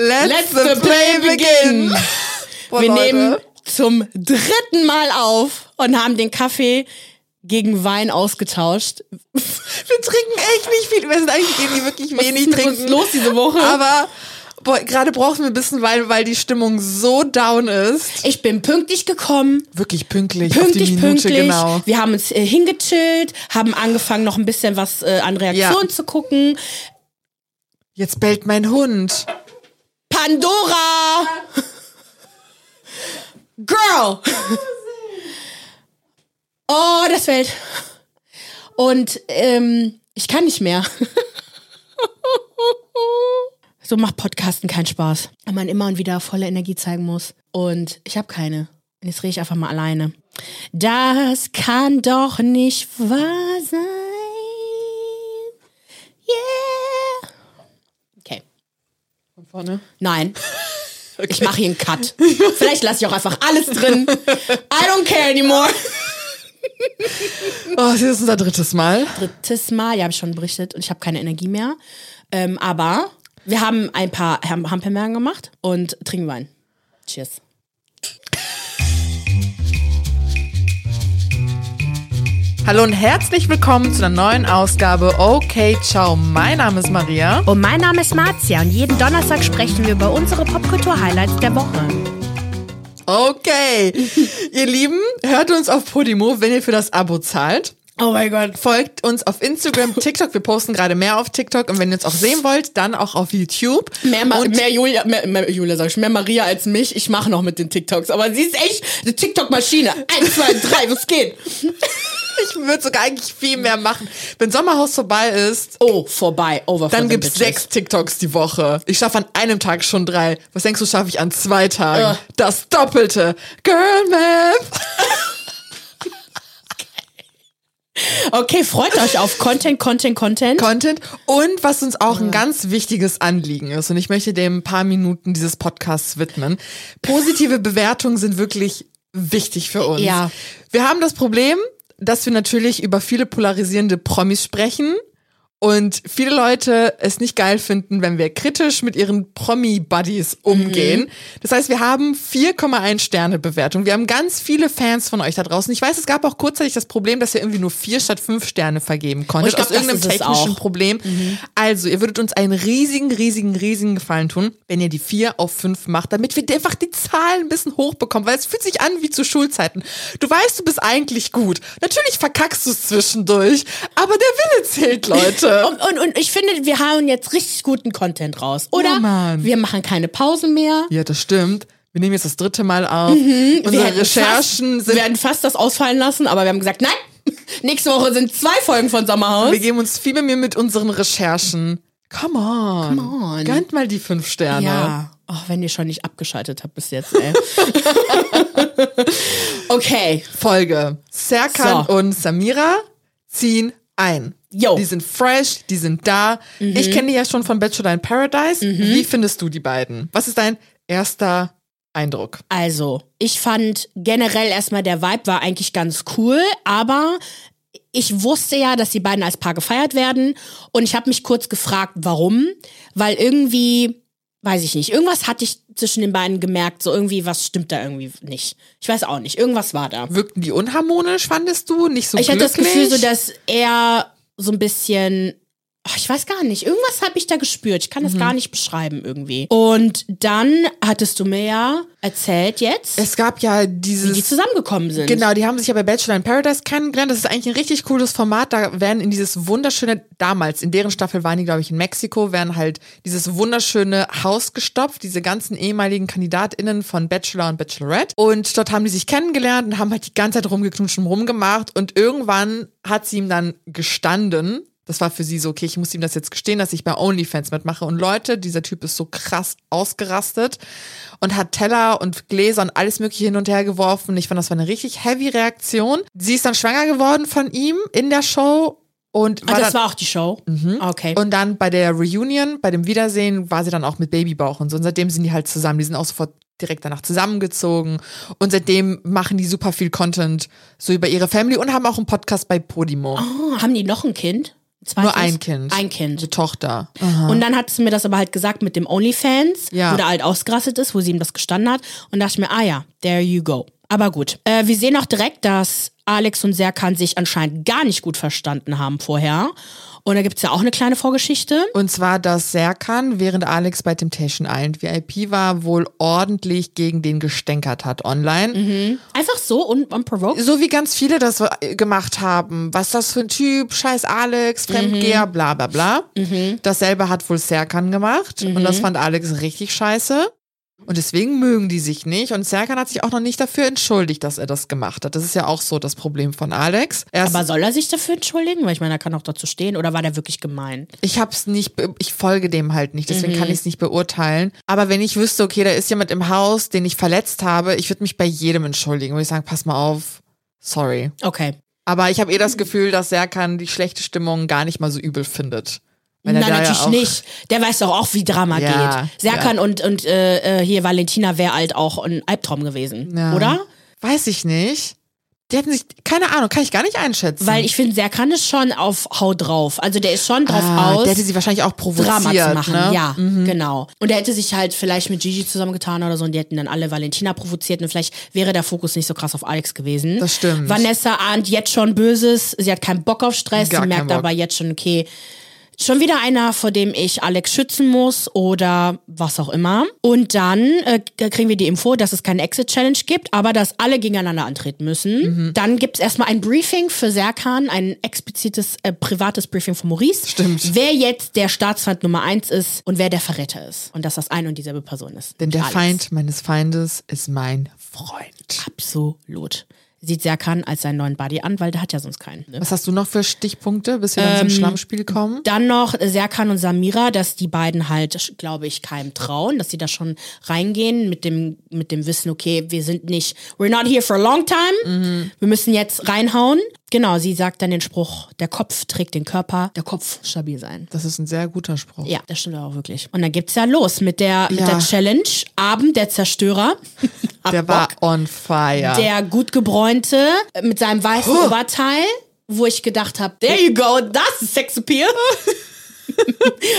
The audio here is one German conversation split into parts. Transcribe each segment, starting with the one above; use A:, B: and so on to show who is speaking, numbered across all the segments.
A: Let's, the play begin. Boah,
B: Wir
A: Leute.
B: nehmen zum dritten Mal auf und haben den Kaffee gegen Wein ausgetauscht.
A: Wir trinken echt nicht viel. Wir sind eigentlich gehen die wirklich wenig
B: ist mit
A: trinken.
B: uns los diese Woche?
A: Aber boah, gerade brauchen wir ein bisschen Wein, weil die Stimmung so down ist.
B: Ich bin pünktlich gekommen.
A: Wirklich pünktlich, auf die
B: Pünktlich,
A: Minute
B: pünktlich.
A: genau.
B: Wir haben uns äh, hingechillt, haben angefangen, noch ein bisschen was äh, an Reaktionen zu gucken.
A: Jetzt bellt mein Hund.
B: Pandora! Girl! Oh, das fällt. Und ähm, ich kann nicht mehr. So macht Podcasten keinen Spaß. Wenn man immer und wieder volle Energie zeigen muss. Und ich habe keine. Und jetzt rede ich einfach mal alleine. Das kann doch nicht wahr sein. Yeah. Okay.
A: Von vorne.
B: Nein. Ich mache hier einen Cut. Vielleicht lasse ich auch einfach alles drin. I don't care anymore.
A: Oh, das ist unser drittes Mal.
B: Drittes Mal, ja, habe ich schon berichtet und ich habe keine Energie mehr. Ähm, aber wir haben ein paar Ham- Hampelmärgen gemacht und trinken Wein. Cheers.
A: Hallo und herzlich willkommen zu einer neuen Ausgabe Okay, ciao. Mein Name ist Maria.
B: Und mein Name ist Marzia und jeden Donnerstag sprechen wir über unsere Popkultur-Highlights der Woche.
A: Okay. ihr Lieben, hört uns auf Podimo, wenn ihr für das Abo zahlt.
B: Oh mein Gott.
A: Folgt uns auf Instagram, TikTok. Wir posten gerade mehr auf TikTok. Und wenn ihr uns auch sehen wollt, dann auch auf YouTube.
B: Mehr, Ma mehr Julia, mehr, mehr Julia sag ich, mehr Maria als mich. Ich mache noch mit den TikToks, aber sie ist echt eine TikTok-Maschine. Eins, zwei, drei, was geht?
A: Ich würde sogar eigentlich viel mehr machen. Wenn Sommerhaus vorbei ist,
B: Oh, vorbei, over for
A: dann
B: the
A: gibt's
B: bitches.
A: sechs TikToks die Woche. Ich schaffe an einem Tag schon drei. Was denkst du, schaffe ich an zwei Tagen?
B: Äh.
A: Das Doppelte. Girl Map.
B: Okay, freut euch auf Content, Content, Content.
A: Content. Und was uns auch ein ganz wichtiges Anliegen ist, und ich möchte dem ein paar Minuten dieses Podcasts widmen. Positive Bewertungen sind wirklich wichtig für uns.
B: Ja.
A: Wir haben das Problem, dass wir natürlich über viele polarisierende Promis sprechen. Und viele Leute es nicht geil finden, wenn wir kritisch mit ihren Promi-Buddies umgehen.
B: Mhm.
A: Das heißt, wir haben 4,1 Sterne Bewertung. Wir haben ganz viele Fans von euch da draußen. Ich weiß, es gab auch kurzzeitig das Problem, dass ihr irgendwie nur vier statt fünf Sterne vergeben konntet.
B: Und ich glaub,
A: aus irgendeinem
B: das ist es
A: technischen
B: auch.
A: Problem. Also, ihr würdet uns einen riesigen, riesigen, riesigen Gefallen tun, wenn ihr die 4 auf 5 macht, damit wir einfach die Zahlen ein bisschen hochbekommen, weil es fühlt sich an wie zu Schulzeiten. Du weißt, du bist eigentlich gut. Natürlich verkackst du es zwischendurch, aber der Wille zählt, Leute.
B: Und, und, und ich finde, wir hauen jetzt richtig guten Content raus, oder?
A: Ja, Mann.
B: Wir machen keine Pausen mehr.
A: ja, das stimmt. Wir nehmen jetzt das dritte Mal auf.
B: Wir
A: Unsere
B: hätten
A: Recherchen
B: fast,
A: sind
B: Wir hätten fast das ausfallen lassen, aber wir haben gesagt, nein, nächste Woche sind zwei Folgen von Sommerhaus.
A: Wir geben uns viel mehr Mühe mit unseren Recherchen. Come on.
B: Come on.
A: Gönnt mal die fünf Sterne.
B: Ja. Auch wenn ihr schon nicht abgeschaltet habt bis jetzt, ey. okay.
A: Folge. Serkan
B: So.
A: und Samira ziehen ein.
B: Yo. Mhm.
A: Die sind fresh, die sind da. Ich kenne die ja schon von Bachelor in Paradise. Wie findest du die beiden? Was ist dein erster Eindruck?
B: Also, ich fand generell erstmal der Vibe war eigentlich ganz cool, aber ich wusste ja, dass die beiden als Paar gefeiert werden und ich habe mich kurz gefragt, warum, weil irgendwie weiß ich nicht, irgendwas hatte ich zwischen den beiden gemerkt, so irgendwie was stimmt da irgendwie nicht. Ich weiß auch nicht, irgendwas war da.
A: Wirkten die unharmonisch, fandest du? Nicht so
B: Ich hatte
A: glücklich?
B: das Gefühl, so dass er so ein bisschen. ach, Ich weiß gar nicht. Irgendwas habe ich da gespürt. Ich kann
A: Mhm.
B: das gar nicht beschreiben irgendwie. Und dann hattest du mir ja erzählt jetzt,
A: es gab ja dieses...
B: wie die zusammengekommen sind.
A: Genau, die haben sich ja bei Bachelor in Paradise kennengelernt. Das ist eigentlich ein richtig cooles Format. Da werden in dieses wunderschöne, damals, in deren Staffel waren die, glaube ich, in Mexiko, werden halt dieses wunderschöne Haus gestopft, diese ganzen ehemaligen KandidatInnen von Bachelor und Bachelorette. Und dort haben die sich kennengelernt und haben halt die ganze Zeit rumgeknutscht und rumgemacht. Und irgendwann hat sie ihm dann gestanden, das war für sie so, okay, ich muss ihm das jetzt gestehen, dass ich bei OnlyFans mitmache. Und Leute, dieser Typ ist so krass ausgerastet und hat Teller und Gläser und alles Mögliche hin und her geworfen. Ich fand, das war eine richtig heavy Reaktion. Sie ist dann schwanger geworden von ihm in der Show und
B: Ach,
A: war
B: Ah, das
A: dann, Mhm.
B: war auch die Show. Ah, Okay.
A: und dann bei der Reunion, bei dem Wiedersehen, war sie dann auch mit Babybauch und so. Und seitdem sind die halt zusammen. Die sind auch sofort direkt danach zusammengezogen. Und seitdem machen die super viel Content so über ihre Family und haben auch einen Podcast bei Podimo.
B: oh, haben die noch ein Kind? Zweites?
A: Nur ein Kind.
B: Ein Kind.
A: Die Tochter.
B: Und dann hat sie mir das aber halt gesagt mit dem OnlyFans,
A: Ja.
B: wo der halt ausgerastet ist, wo sie ihm das gestanden hat. Und dachte ich mir, ah ja, there you go. Aber gut. Äh, wir sehen auch direkt, dass Alex und Serkan sich anscheinend gar nicht gut verstanden haben vorher. Und da gibt's ja auch eine kleine Vorgeschichte.
A: Und zwar, dass Serkan, während Alex bei Temptation Island VIP war, wohl ordentlich gegen den gestänkert hat online.
B: Einfach so un unprovoked.
A: So wie ganz viele das äh, gemacht haben. Was ist das für ein Typ? Scheiß Alex, Fremdgeher, bla bla bla. Dasselbe hat wohl Serkan gemacht. Und das fand Alex richtig scheiße. Und deswegen mögen die sich nicht. Und Serkan hat sich auch noch nicht dafür entschuldigt, dass er das gemacht hat. Das ist ja auch so das Problem von Alex. Er ist
B: Aber soll er sich dafür entschuldigen? Weil ich meine, er kann auch dazu stehen. Oder war der wirklich gemein?
A: Ich hab's nicht, be- ich folge dem halt nicht, deswegen
B: Mhm.
A: kann ich's nicht beurteilen. Aber wenn ich wüsste, okay, da ist jemand im Haus, den ich verletzt habe, ich würde mich bei jedem entschuldigen. Würde ich sagen, pass mal auf, sorry.
B: Okay.
A: Aber ich habe eh
B: Mhm.
A: das Gefühl, dass Serkan die schlechte Stimmung gar nicht mal so übel findet. Weil er
B: Nein,
A: da ja
B: natürlich
A: auch-
B: nicht. Der weiß doch auch, wie Drama
A: Ja,
B: geht. Serkan und, und äh, äh, hier Valentina wäre halt auch ein Albtraum gewesen,
A: Ja.
B: oder?
A: Weiß ich nicht. Die hätten sich, keine Ahnung, kann ich gar nicht einschätzen.
B: Weil ich finde, Serkan ist schon auf Haut drauf. Also der ist schon drauf
A: ah,
B: aus,
A: Der hätte sie wahrscheinlich auch provoziert.
B: Drama zu machen.
A: ne?
B: Ja, genau. Und er hätte sich halt vielleicht mit Gigi zusammengetan oder so und die hätten dann alle Valentina provoziert und vielleicht wäre der Fokus nicht so krass auf Alex gewesen.
A: Das stimmt.
B: Vanessa ahnt jetzt schon Böses. Sie hat keinen Bock auf Stress.
A: Gar
B: sie
A: keinen
B: merkt
A: Bock.
B: aber jetzt schon, okay, schon wieder einer, vor dem ich Alex schützen muss oder was auch immer. Und dann äh, kriegen wir die Info, dass es keine Exit-Challenge gibt, aber dass alle gegeneinander antreten müssen.
A: Mhm.
B: Dann gibt es erstmal ein Briefing für Serkan, ein explizites äh, privates Briefing von Maurice.
A: Stimmt.
B: Wer jetzt der Staatsfeind Nummer eins ist und wer der Verräter ist. Und dass das ein und dieselbe Person ist.
A: Denn der
B: Alex.
A: Feind meines Feindes ist mein Freund.
B: Absolut. Sieht Serkan als seinen neuen Buddy an, weil der hat ja sonst keinen. Ne?
A: Was hast du noch für Stichpunkte, bis wir dann
B: Ähm,
A: zum Schlammspiel kommen?
B: Dann noch Serkan und Samira, dass die beiden halt, glaube ich, keinem trauen, dass sie da schon reingehen mit dem, mit dem Wissen, okay, wir sind nicht, we're not here for a long time, wir müssen jetzt reinhauen. Genau, sie sagt dann den Spruch, der Kopf trägt den Körper, der Kopf muss stabil sein.
A: Das ist ein sehr guter Spruch.
B: Ja, das stimmt auch wirklich. Und dann geht's ja los mit der, mit
A: Ja.
B: der Challenge, Abend der Zerstörer. Hab
A: Der
B: Bock.
A: war on fire.
B: der gut gebräunte mit seinem weißen Oberteil, wo ich gedacht habe, there you go, das ist Sexappeal.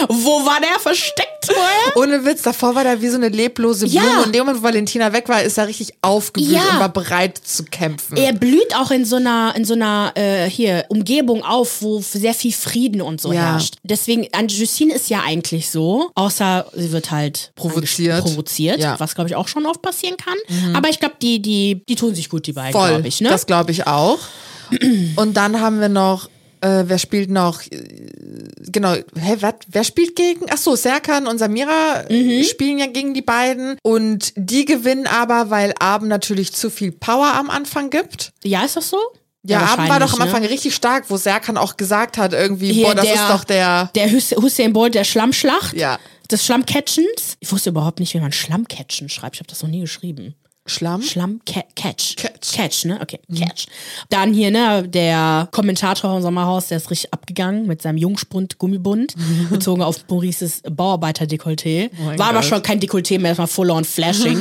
B: wo war der versteckt vorher?
A: Ohne Witz, davor war der wie so eine leblose Blume.
B: Ja.
A: Und in dem Moment, wo Valentina weg war, ist er richtig aufgewühlt
B: Ja.
A: und war bereit zu kämpfen.
B: Er blüht auch in so einer, in so einer äh, hier, Umgebung auf, wo sehr viel Frieden und so
A: Ja.
B: herrscht. Deswegen, an Justine ist ja eigentlich so, außer sie wird halt
A: Provoziert.
B: anges- provoziert
A: Ja.
B: was glaube ich auch schon oft passieren kann. Aber ich glaube, die, die, die tun sich gut, die beiden,
A: Voll.
B: glaube ich. Ne?
A: Das glaube ich auch. Und dann haben wir noch, äh, wer spielt noch? Äh, Genau, hä, wat, wer spielt gegen? Ach so, Serkan und Samira
B: Mhm.
A: äh, spielen ja gegen die beiden. Und die gewinnen aber, weil Abend natürlich zu viel Power am Anfang gibt.
B: ja, ist das so?
A: Ja, Abend war doch am
B: wahrscheinlich, ne?
A: Anfang richtig stark, wo Serkan auch gesagt hat, irgendwie,
B: Hier
A: boah, das
B: der-
A: ist doch der.
B: Der Hus Hussein Bolt der Schlammschlacht.
A: Ja.
B: Des Schlammcatchens. Ich wusste überhaupt nicht, wie man Schlammcatchen schreibt. Ich habe das noch nie geschrieben.
A: Schlamm?
B: Schlammcatch.
A: Catch. Mhm.
B: Catch, ne? Okay, Catch. Dann hier, ne, der Kommentator vom Sommerhaus, der ist richtig abgegangen mit seinem Jungspund Gummibund, bezogen auf Maurices Bauarbeiter-Dekolleté.
A: Mhm. Oh mein
B: War aber
A: Gott.
B: schon kein Dekolleté mehr, erstmal full-on flashing.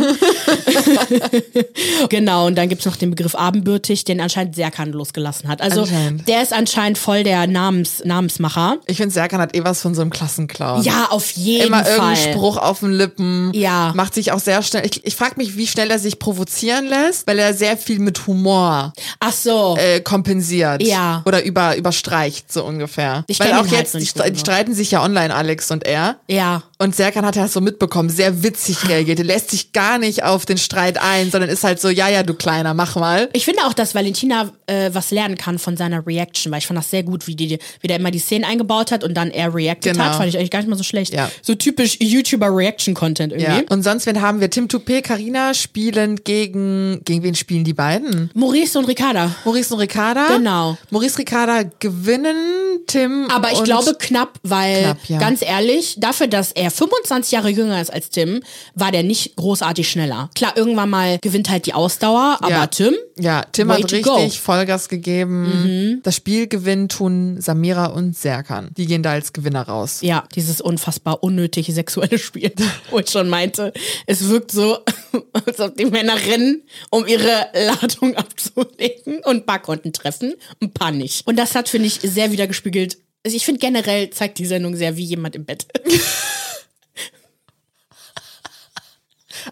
B: genau, und dann gibt's noch den Begriff abendbürtig, den anscheinend Serkan losgelassen hat. Also,
A: Anscheinend.
B: der ist anscheinend voll der Namens Namensmacher.
A: Ich finde, Serkan hat eh was von so einem Klassenclown.
B: Ja, auf jeden
A: Immer
B: Fall.
A: irgendein Spruch auf den Lippen.
B: Ja.
A: Macht sich auch sehr schnell. Ich, ich frage mich, wie schnell er sich provozieren lässt, weil er sehr viel mit Humor
B: Ach so.
A: äh, kompensiert.
B: Ja.
A: Oder über, überstreicht, so ungefähr.
B: Ich
A: weil
B: kenn
A: auch
B: ihn halt
A: jetzt,
B: noch
A: die,
B: nicht so
A: stre- die
B: genau.
A: streiten sich ja online, Alex und er.
B: ja.
A: Und Serkan hat das so mitbekommen, sehr witzig reagiert. Er lässt sich gar nicht auf den Streit ein, sondern ist halt so, ja, ja, du Kleiner, mach mal.
B: Ich finde auch, dass Valentina äh, was lernen kann von seiner Reaction, weil ich fand das sehr gut, wie, die, wie der immer die Szenen eingebaut hat und dann er reacted
A: Genau.
B: hat. Fand ich eigentlich gar nicht mal so schlecht.
A: Ja.
B: So typisch YouTuber-Reaction-Content irgendwie.
A: Ja. Und sonst, wen haben wir? Tim Toupé, Karina spielen gegen, gegen wen spielen die beiden?
B: Maurice und Ricarda.
A: Maurice und Ricarda?
B: Genau.
A: Maurice, Ricarda gewinnen, Tim
B: Aber ich
A: und
B: glaube knapp, weil
A: Knapp, ja.
B: ganz ehrlich, dafür, dass er 25 Jahre jünger ist als Tim, war der nicht großartig schneller. Klar, irgendwann mal gewinnt halt die Ausdauer, aber
A: Ja.
B: Tim,
A: Ja, Tim
B: Way
A: hat
B: to go. Mhm.
A: richtig Vollgas gegeben. Das Spiel gewinnen tun Samira und Serkan. Die gehen da als Gewinner raus.
B: Ja, dieses unfassbar unnötige sexuelle Spiel, wo ich schon meinte, es wirkt so, als ob die Männer rennen, um ihre Ladung abzulegen und ein paar konnten treffen, ein paar nicht. Und das hat, finde ich, sehr wiedergespiegelt, Also ich finde generell zeigt die Sendung sehr, wie jemand im Bett ist.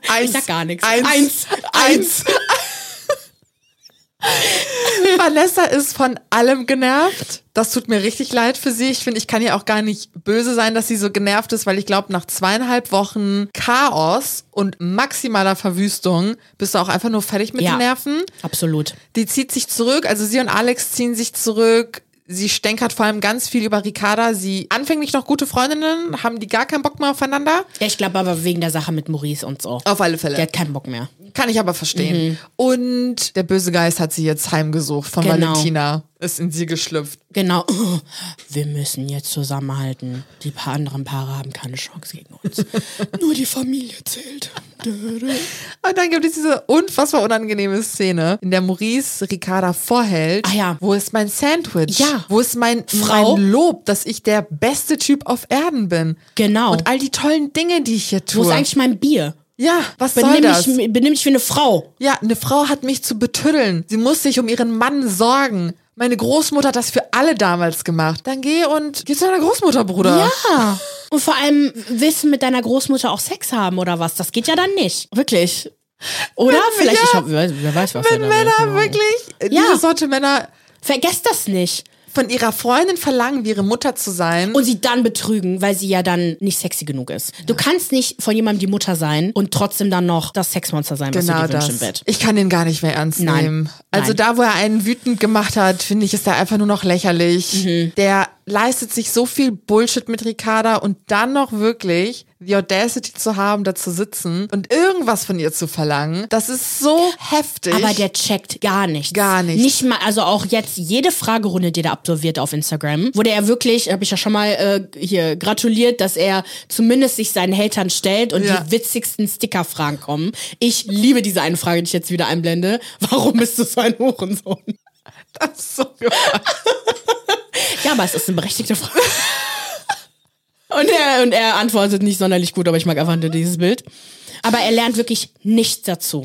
A: Eins,
B: sag gar nichts.
A: Eins, eins,
B: Eins,
A: eins. Vanessa ist von allem genervt. Das tut mir richtig leid für sie. Ich finde, ich kann ihr auch gar nicht böse sein, dass sie so genervt ist, weil ich glaube, nach zweieinhalb Wochen Chaos und maximaler Verwüstung bist du auch einfach nur fertig mit
B: Ja.
A: den Nerven.
B: Absolut.
A: Die zieht sich zurück, also sie und Alex ziehen sich zurück. Sie stänkert vor allem ganz viel über Ricarda. Sie anfänglich noch gute Freundinnen, haben die gar keinen Bock mehr aufeinander.
B: Ja, ich glaube aber wegen der Sache mit Maurice und so.
A: Auf alle Fälle.
B: Der hat keinen Bock mehr.
A: Kann ich aber verstehen.
B: Mhm.
A: Und der böse Geist hat sie jetzt heimgesucht von
B: Genau.
A: Valentina. Ist in sie geschlüpft.
B: Genau. Wir müssen jetzt zusammenhalten. Die paar anderen Paare haben keine Chance gegen uns. Nur die Familie zählt.
A: Und dann gibt es diese unfassbar unangenehme Szene, in der Maurice Ricarda vorhält.
B: Ah ja.
A: Wo ist mein Sandwich?
B: Ja.
A: Wo ist mein,
B: Frau?
A: mein Lob, dass ich der beste Typ auf Erden bin?
B: Genau.
A: Und all die tollen Dinge, die ich hier tue.
B: Wo ist eigentlich mein Bier?
A: ja, was soll
B: Benimm
A: das?
B: mich, benimm mich wie eine Frau.
A: Ja, eine Frau hat mich zu betüddeln. Sie muss sich um ihren Mann sorgen. Meine Großmutter hat das für alle damals gemacht. Dann geh und geh zu deiner Großmutter, Bruder. Ah.
B: Ja. Und vor allem willst du mit deiner Großmutter auch Sex haben oder was? Das geht ja dann nicht. Wirklich. Oder? Vielleicht, ich hab, wer, wer weiß, was
A: Wenn
B: er da will.
A: Männer wirklich, äh,
B: Ja.
A: diese Sorte Männer
B: Vergesst das nicht.
A: von ihrer Freundin verlangen, wie ihre Mutter zu sein.
B: Und sie dann betrügen, weil sie ja dann nicht sexy genug ist. Du kannst nicht von jemandem die Mutter sein und trotzdem dann noch das Sexmonster sein, was du dir wünschst im Bett.
A: Genau Ich kann den gar nicht mehr ernst
B: Nein.
A: nehmen. Also
B: Nein.
A: da, wo er einen wütend gemacht hat, finde ich, ist er einfach nur noch lächerlich.
B: Mhm.
A: Der leistet sich so viel Bullshit mit Ricarda und dann noch wirklich die Audacity zu haben, da zu sitzen und irgendwas von ihr zu verlangen. Das ist so heftig.
B: Aber der checkt gar nichts.
A: Gar nichts.
B: Nicht mal, also auch jetzt jede Fragerunde, die der absolviert auf Instagram, wurde er wirklich, habe ich ja schon mal äh, hier gratuliert, dass er zumindest sich seinen Hatern stellt und
A: Ja.
B: die witzigsten Sticker-Fragen kommen. Ich liebe diese eine Frage, die ich jetzt wieder einblende. Warum bist du so ein Hurensohn?
A: das ist so gemein.
B: Ja, aber es ist eine berechtigte Frage. Und er, und er antwortet nicht sonderlich gut, aber ich mag einfach nur dieses Bild. Aber er lernt wirklich nichts dazu.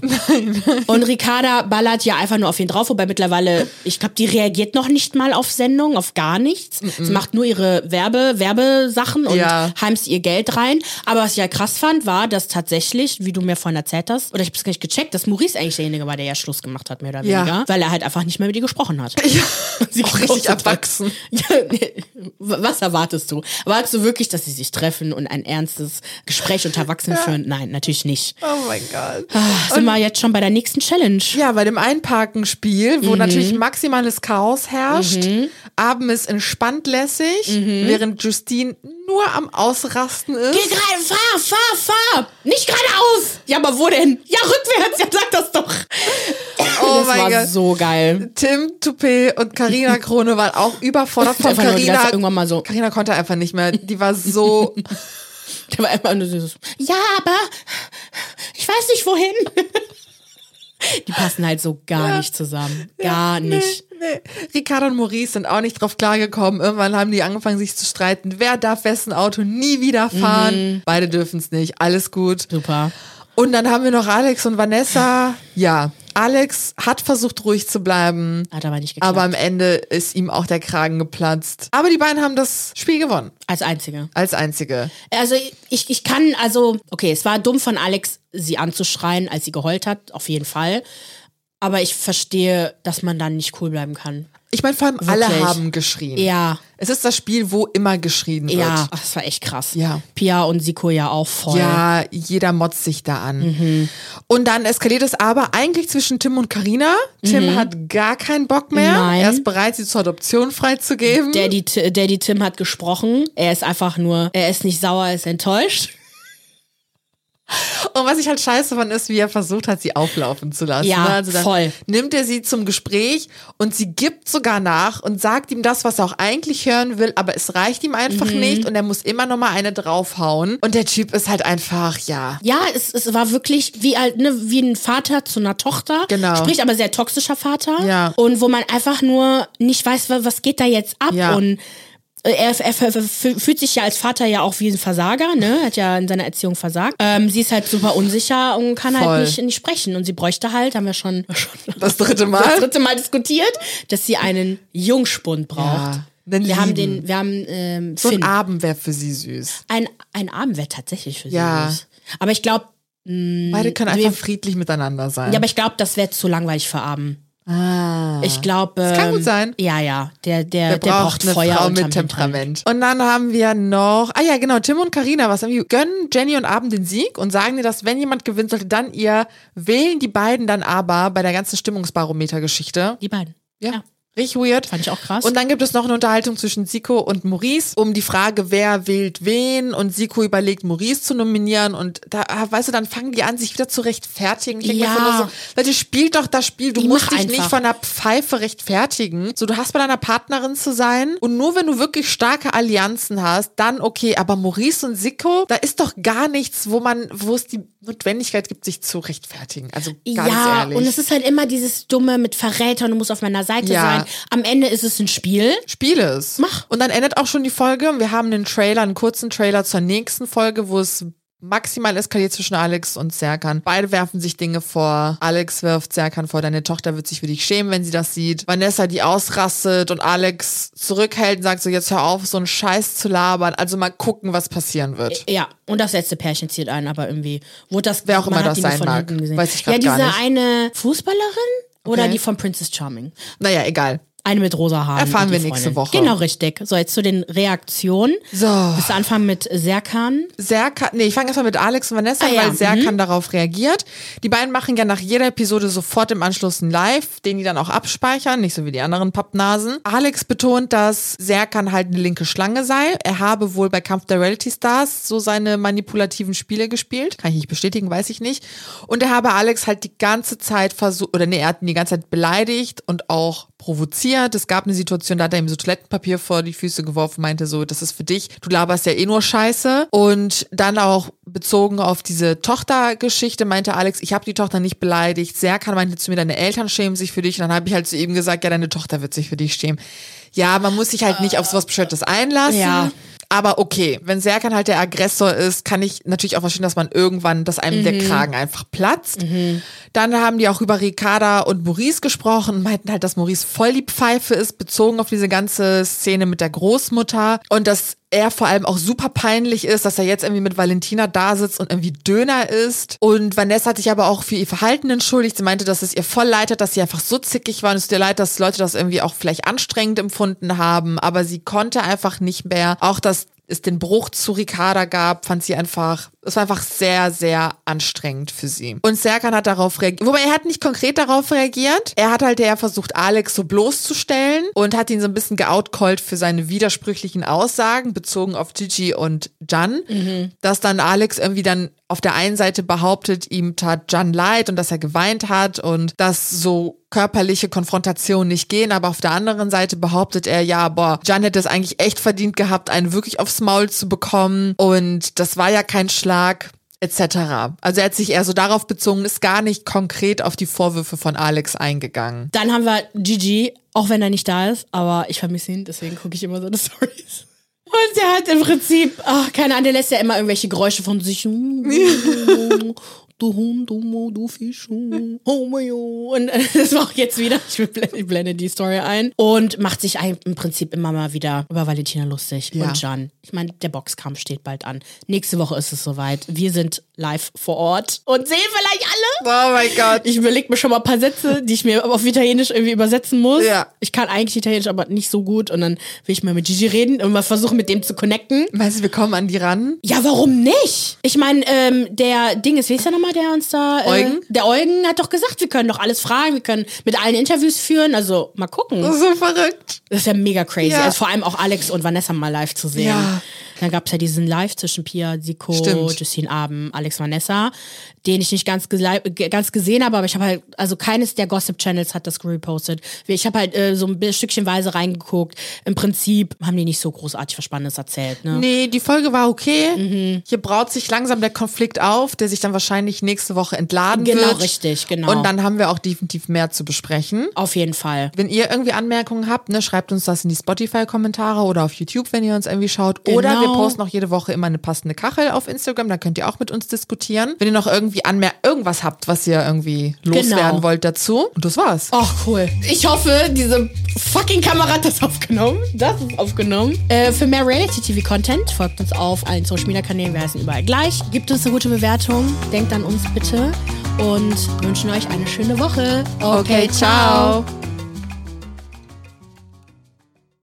B: Und Ricarda ballert ja einfach nur auf ihn drauf, wobei mittlerweile, ich glaube, die reagiert noch nicht mal auf Sendung, auf gar nichts. Sie macht nur ihre Werbe, Werbesachen und
A: Ja.
B: heimst ihr Geld rein. Aber was ich ja krass fand, war, dass tatsächlich, wie du mir vorhin erzählt hast, oder ich habe es gar nicht gecheckt, dass Maurice eigentlich derjenige war, der ja Schluss gemacht hat, mehr oder
A: Ja.
B: weniger, weil er halt einfach nicht mehr mit ihr gesprochen hat.
A: Ja.
B: Sie
A: Auch richtig
B: gekostet hat.
A: erwachsen.
B: Ja, nee. Was erwartest du? Erwartest du wirklich, dass sie sich treffen und ein ernstes Gespräch unter Erwachsenen führen? Nein, natürlich nicht.
A: Oh mein Gott.
B: Sind wir jetzt schon bei der nächsten Challenge?
A: Ja, bei dem Einparkenspiel, wo
B: Mhm.
A: natürlich maximales Chaos herrscht. Abend ist entspannt lässig,
B: Mhm.
A: während Justine nur am Ausrasten ist.
B: Geh gerade, fahr, fahr, fahr! Nicht geradeaus! Ja, aber wo denn? Ja, rückwärts, ja, sag das doch!
A: Oh
B: das
A: mein
B: war
A: Gott.
B: so geil.
A: Tim Toupet und Karina Krone waren auch überfordert von
B: Einfach nur die ganze
A: Karina.
B: Zeit irgendwann mal so.
A: Karina konnte einfach nicht mehr. Die war so.
B: Der war einfach nur dieses, ja, aber ich weiß nicht wohin. Die passen halt so gar nicht zusammen. Gar nicht.
A: nee. Ricardo und Maurice sind auch nicht drauf klargekommen. Irgendwann haben die angefangen, sich zu streiten. Wer darf wessen Auto nie wieder fahren?
B: Mhm.
A: Beide dürfen es nicht. Alles gut.
B: Super.
A: Und dann haben wir noch Alex und Vanessa. Ja, Alex hat versucht, ruhig zu bleiben.
B: Hat aber nicht geklappt.
A: Aber am Ende ist ihm auch der Kragen geplatzt. Aber die beiden haben das Spiel gewonnen.
B: Als einzige.
A: Als einzige.
B: Also ich, ich kann, also, okay, es war dumm von Alex, sie anzuschreien, als sie geheult hat, auf jeden Fall. Aber ich verstehe, dass man dann nicht cool bleiben kann.
A: Ich meine, vor allem alle
B: Wirklich?
A: haben geschrien.
B: Ja,
A: Es ist das Spiel, wo immer geschrien wird.
B: ja, Ach, das war echt krass.
A: Ja.
B: Pia und Siko ja auch voll. Mhm.
A: Ja, jeder motzt sich da an. Und dann eskaliert es aber eigentlich zwischen Tim und Karina. Tim hat gar keinen Bock mehr.
B: Mhm. Nein.
A: Er ist bereit, sie zur Adoption freizugeben.
B: Daddy, Ti- Daddy Tim hat gesprochen. Er ist einfach nur, er ist nicht sauer, er ist enttäuscht.
A: und was ich halt scheiße fand, ist, wie er versucht hat, sie auflaufen zu lassen.
B: Ja,
A: ne? also dann
B: voll.
A: Nimmt er sie zum Gespräch und sie gibt sogar nach und sagt ihm das, was er auch eigentlich hören will, aber es reicht ihm einfach
B: Mhm.
A: nicht und er muss immer noch mal eine draufhauen. Und der Typ ist halt einfach, ja,
B: Ja, es, es war wirklich wie, halt, ne, wie ein Vater zu einer Tochter.
A: Genau.
B: Sprich, aber sehr toxischer Vater.
A: Ja.
B: Und wo man einfach nur nicht weiß, wa- was geht da jetzt ab.
A: Ja.
B: Und äh, er, er, er fühlt sich ja als Vater ja auch wie ein Versager, ne? Hat ja in seiner Erziehung versagt. Ähm, sie ist halt super unsicher und kann
A: Voll.
B: halt nicht, nicht sprechen. Und sie bräuchte halt, haben wir schon, schon
A: das dritte
B: das
A: Mal.
B: dritte Mal diskutiert, dass sie einen Jungspund braucht.
A: Ja. Dann
B: Wir haben
A: lieben.
B: den, wir haben ähm,
A: So ein
B: Finn.
A: Abend wäre für sie süß.
B: Ein, ein Abend wäre tatsächlich für sie.
A: Ja.
B: süß. Aber ich glaube,
A: Beide können
B: Mhm. wir-
A: einfach friedlich miteinander sein.
B: ja, aber ich glaube, das wäre zu langweilig für Abend.
A: ah.
B: Ich glaube. Ähm,
A: kann gut sein.
B: Ja, ja. Der, der,
A: Der
B: der braucht,
A: braucht eine
B: Feuer
A: Frau
B: unterm
A: mit
B: Hintern.
A: Temperament. Und dann haben wir noch, ah ja, genau, Tim und Karina, was haben wir? Gönnen Jenny und Abend den Sieg und sagen dir, dass wenn jemand gewinnen sollte, dann ihr wählen die beiden dann aber bei der ganzen Stimmungsbarometer-Geschichte.
B: Die beiden.
A: Ja. Richtig weird.
B: Fand ich auch krass.
A: Und dann gibt es noch eine Unterhaltung zwischen Siko und Maurice um die Frage, wer wählt wen und Siko überlegt, Maurice zu nominieren und da, ah, weißt du, dann fangen die an, sich wieder zu rechtfertigen. Ich denke mir
B: Ja.
A: einfach nur so, Leute, spielt doch das Spiel. Du
B: Ich
A: musst
B: mach
A: dich nicht
B: einfach.
A: von einer Pfeife rechtfertigen. So, du hast bei deiner Partnerin zu sein und nur wenn du wirklich starke Allianzen hast, dann okay. Aber Maurice und Siko, da ist doch gar nichts, wo man, wo es die Notwendigkeit gibt, sich zu rechtfertigen. Also ganz
B: ja,
A: ehrlich.
B: und es ist halt immer dieses Dumme mit Verräter und du musst auf meiner Seite
A: Ja.
B: sein. Am Ende ist es ein Spiel.
A: Spiele es.
B: Mach.
A: Und dann endet auch schon die Folge und wir haben einen Trailer, einen kurzen Trailer zur nächsten Folge, wo es maximal eskaliert zwischen Alex und Serkan. Beide werfen sich Dinge vor. Alex wirft Serkan vor, deine Tochter wird sich für dich schämen, wenn sie das sieht. Vanessa, die ausrastet und Alex zurückhält und sagt so, jetzt hör auf, so einen Scheiß zu labern. Also mal gucken, was passieren wird.
B: Ja, und das letzte Pärchen zieht ein, aber irgendwie wurde das.
A: Wer auch
B: man
A: immer
B: hat
A: das
B: die nur
A: sein
B: von
A: mag.
B: hinten Gesehen.
A: Weiß ich
B: ja,
A: grad
B: diese
A: gar nicht.
B: eine Fußballerin oder
A: Okay.
B: die von Princess Charming.
A: Naja, egal.
B: Eine mit rosa Haaren.
A: Erfahren
B: und die
A: wir nächste
B: Freundin.
A: Woche.
B: Genau, richtig. So, jetzt zu den Reaktionen.
A: So.
B: Bis anfangen mit Serkan.
A: Serkan, nee, ich fange erstmal mit Alex und Vanessa,
B: Ah,
A: an,
B: ja,
A: weil Serkan darauf reagiert. Die beiden machen ja nach jeder Episode sofort im Anschluss ein Live, den die dann auch abspeichern, nicht so wie die anderen Pappnasen. Alex betont, dass Serkan halt eine linke Schlange sei. Er habe wohl bei Kampf der Reality Stars so seine manipulativen Spiele gespielt. Kann ich nicht bestätigen, weiß ich nicht. Und er habe Alex halt die ganze Zeit versucht, oder nee, er hat ihn die ganze Zeit beleidigt und auch provoziert. Es gab eine Situation, da hat er ihm so Toilettenpapier vor die Füße geworfen, meinte so, das ist für dich, du laberst ja eh nur Scheiße. Und dann auch bezogen auf diese Tochtergeschichte meinte Alex, ich habe die Tochter nicht beleidigt. Serkan meinte zu mir, deine Eltern schämen sich für dich. Und dann habe ich halt zu ihm gesagt, ja, deine Tochter wird sich für dich schämen. Ja, man muss sich halt nicht auf sowas Bescheuertes einlassen.
B: Ja.
A: Aber okay, wenn Serkan halt der Aggressor ist, kann ich natürlich auch verstehen, dass man irgendwann, dass einem der Kragen einfach platzt. Dann haben die auch über Ricarda und Maurice gesprochen und meinten halt, dass Maurice voll die Pfeife ist, bezogen auf diese ganze Szene mit der Großmutter und dass er vor allem auch super peinlich ist, dass er jetzt irgendwie mit Valentina da sitzt und irgendwie Döner isst. Und Vanessa hat sich aber auch für ihr Verhalten entschuldigt. Sie meinte, dass es ihr voll leid hat, dass sie einfach so zickig war und es tut ihr leid, dass Leute das irgendwie auch vielleicht anstrengend empfunden haben. Aber sie konnte einfach nicht mehr. Auch, dass es den Bruch zu Ricarda gab, fand sie einfach, es war einfach sehr, sehr anstrengend für sie. Und Serkan hat darauf reagiert, wobei er hat nicht konkret darauf reagiert. Er hat halt eher versucht, Alex so bloßzustellen und hat ihn so ein bisschen geoutcallt für seine widersprüchlichen Aussagen bezogen auf Gigi und Jan, dass dann Alex irgendwie dann auf der einen Seite behauptet, ihm tat Jan leid und dass er geweint hat und dass so körperliche Konfrontation nicht gehen, aber auf der anderen Seite behauptet er, ja, boah, Jan hätte es eigentlich echt verdient gehabt, einen wirklich aufs Maul zu bekommen und das war ja kein Schlag. Etc. Also er hat sich eher so darauf bezogen, ist gar nicht konkret auf die Vorwürfe von Alex eingegangen.
B: Dann haben wir Gigi, auch wenn er nicht da ist, aber ich vermisse ihn, deswegen gucke ich immer seine Stories. Und der hat im Prinzip, ach, keine Ahnung, der lässt ja immer irgendwelche Geräusche von sich. Du Hund, du Mo, du Fisch, oh mein Gott. Und äh, das war auch jetzt wieder, ich blende, ich blende die Story ein. Und macht sich ein- im Prinzip immer mal wieder über Valentina lustig
A: Ja.
B: und Jan. Ich meine, der Boxkampf steht bald an. Nächste Woche ist es soweit. Wir sind live vor Ort und sehen vielleicht alle.
A: Oh mein Gott.
B: Ich überlege mir schon mal ein paar Sätze, die ich mir auf Italienisch irgendwie übersetzen muss.
A: Ja.
B: Ich kann eigentlich Italienisch, aber nicht so gut. Und dann will ich mal mit Gigi reden und mal versuchen, mit dem zu connecten.
A: Meinst du, wir kommen an die ran?
B: Ja, warum nicht? Ich meine, ähm, der Ding ist, wie ist der nochmal, der uns da. Äh,
A: Eugen?
B: Der Eugen hat doch gesagt, wir können doch alles fragen, wir können mit allen Interviews führen. Also mal gucken.
A: So verrückt.
B: Das ist ja mega crazy.
A: Ja.
B: Also vor allem auch Alex und Vanessa mal live zu sehen.
A: Ja.
B: Dann gab es ja diesen Live zwischen Pia, Siko,
A: Stimmt.
B: Justine Abend, Alex Vanessa, den ich nicht ganz, gelei- ge- ganz gesehen habe, aber ich habe halt, also keines der Gossip-Channels hat das repostet. Ich habe halt äh, so ein bi- Stückchenweise reingeguckt. Im Prinzip haben die nicht so großartig was Spannendes erzählt. Ne?
A: Nee, die Folge war okay.
B: Mhm.
A: Hier braut sich langsam der Konflikt auf, der sich dann wahrscheinlich nächste Woche entladen
B: Genau,
A: wird.
B: richtig, genau.
A: Und dann haben wir auch definitiv mehr zu besprechen.
B: Auf jeden Fall.
A: Wenn ihr irgendwie Anmerkungen habt, ne, schreibt uns das in die Spotify-Kommentare oder auf YouTube, wenn ihr uns irgendwie schaut. Oder wir
B: Genau.
A: Wir posten auch jede Woche immer eine passende Kachel auf Instagram. Da könnt ihr auch mit uns diskutieren. Wenn ihr noch irgendwie anmer irgendwas habt, was ihr irgendwie loswerden
B: Genau.
A: wollt dazu. Und das war's.
B: Ach, cool. Ich hoffe, diese fucking Kamera hat das aufgenommen. Das ist aufgenommen. Äh, für mehr Reality-TV-Content folgt uns auf allen Social-Media-Kanälen. Wir heißen überall gleich. Gibt uns eine gute Bewertung. Denkt an uns bitte. Und wünschen euch eine schöne Woche.
A: Okay, ciao.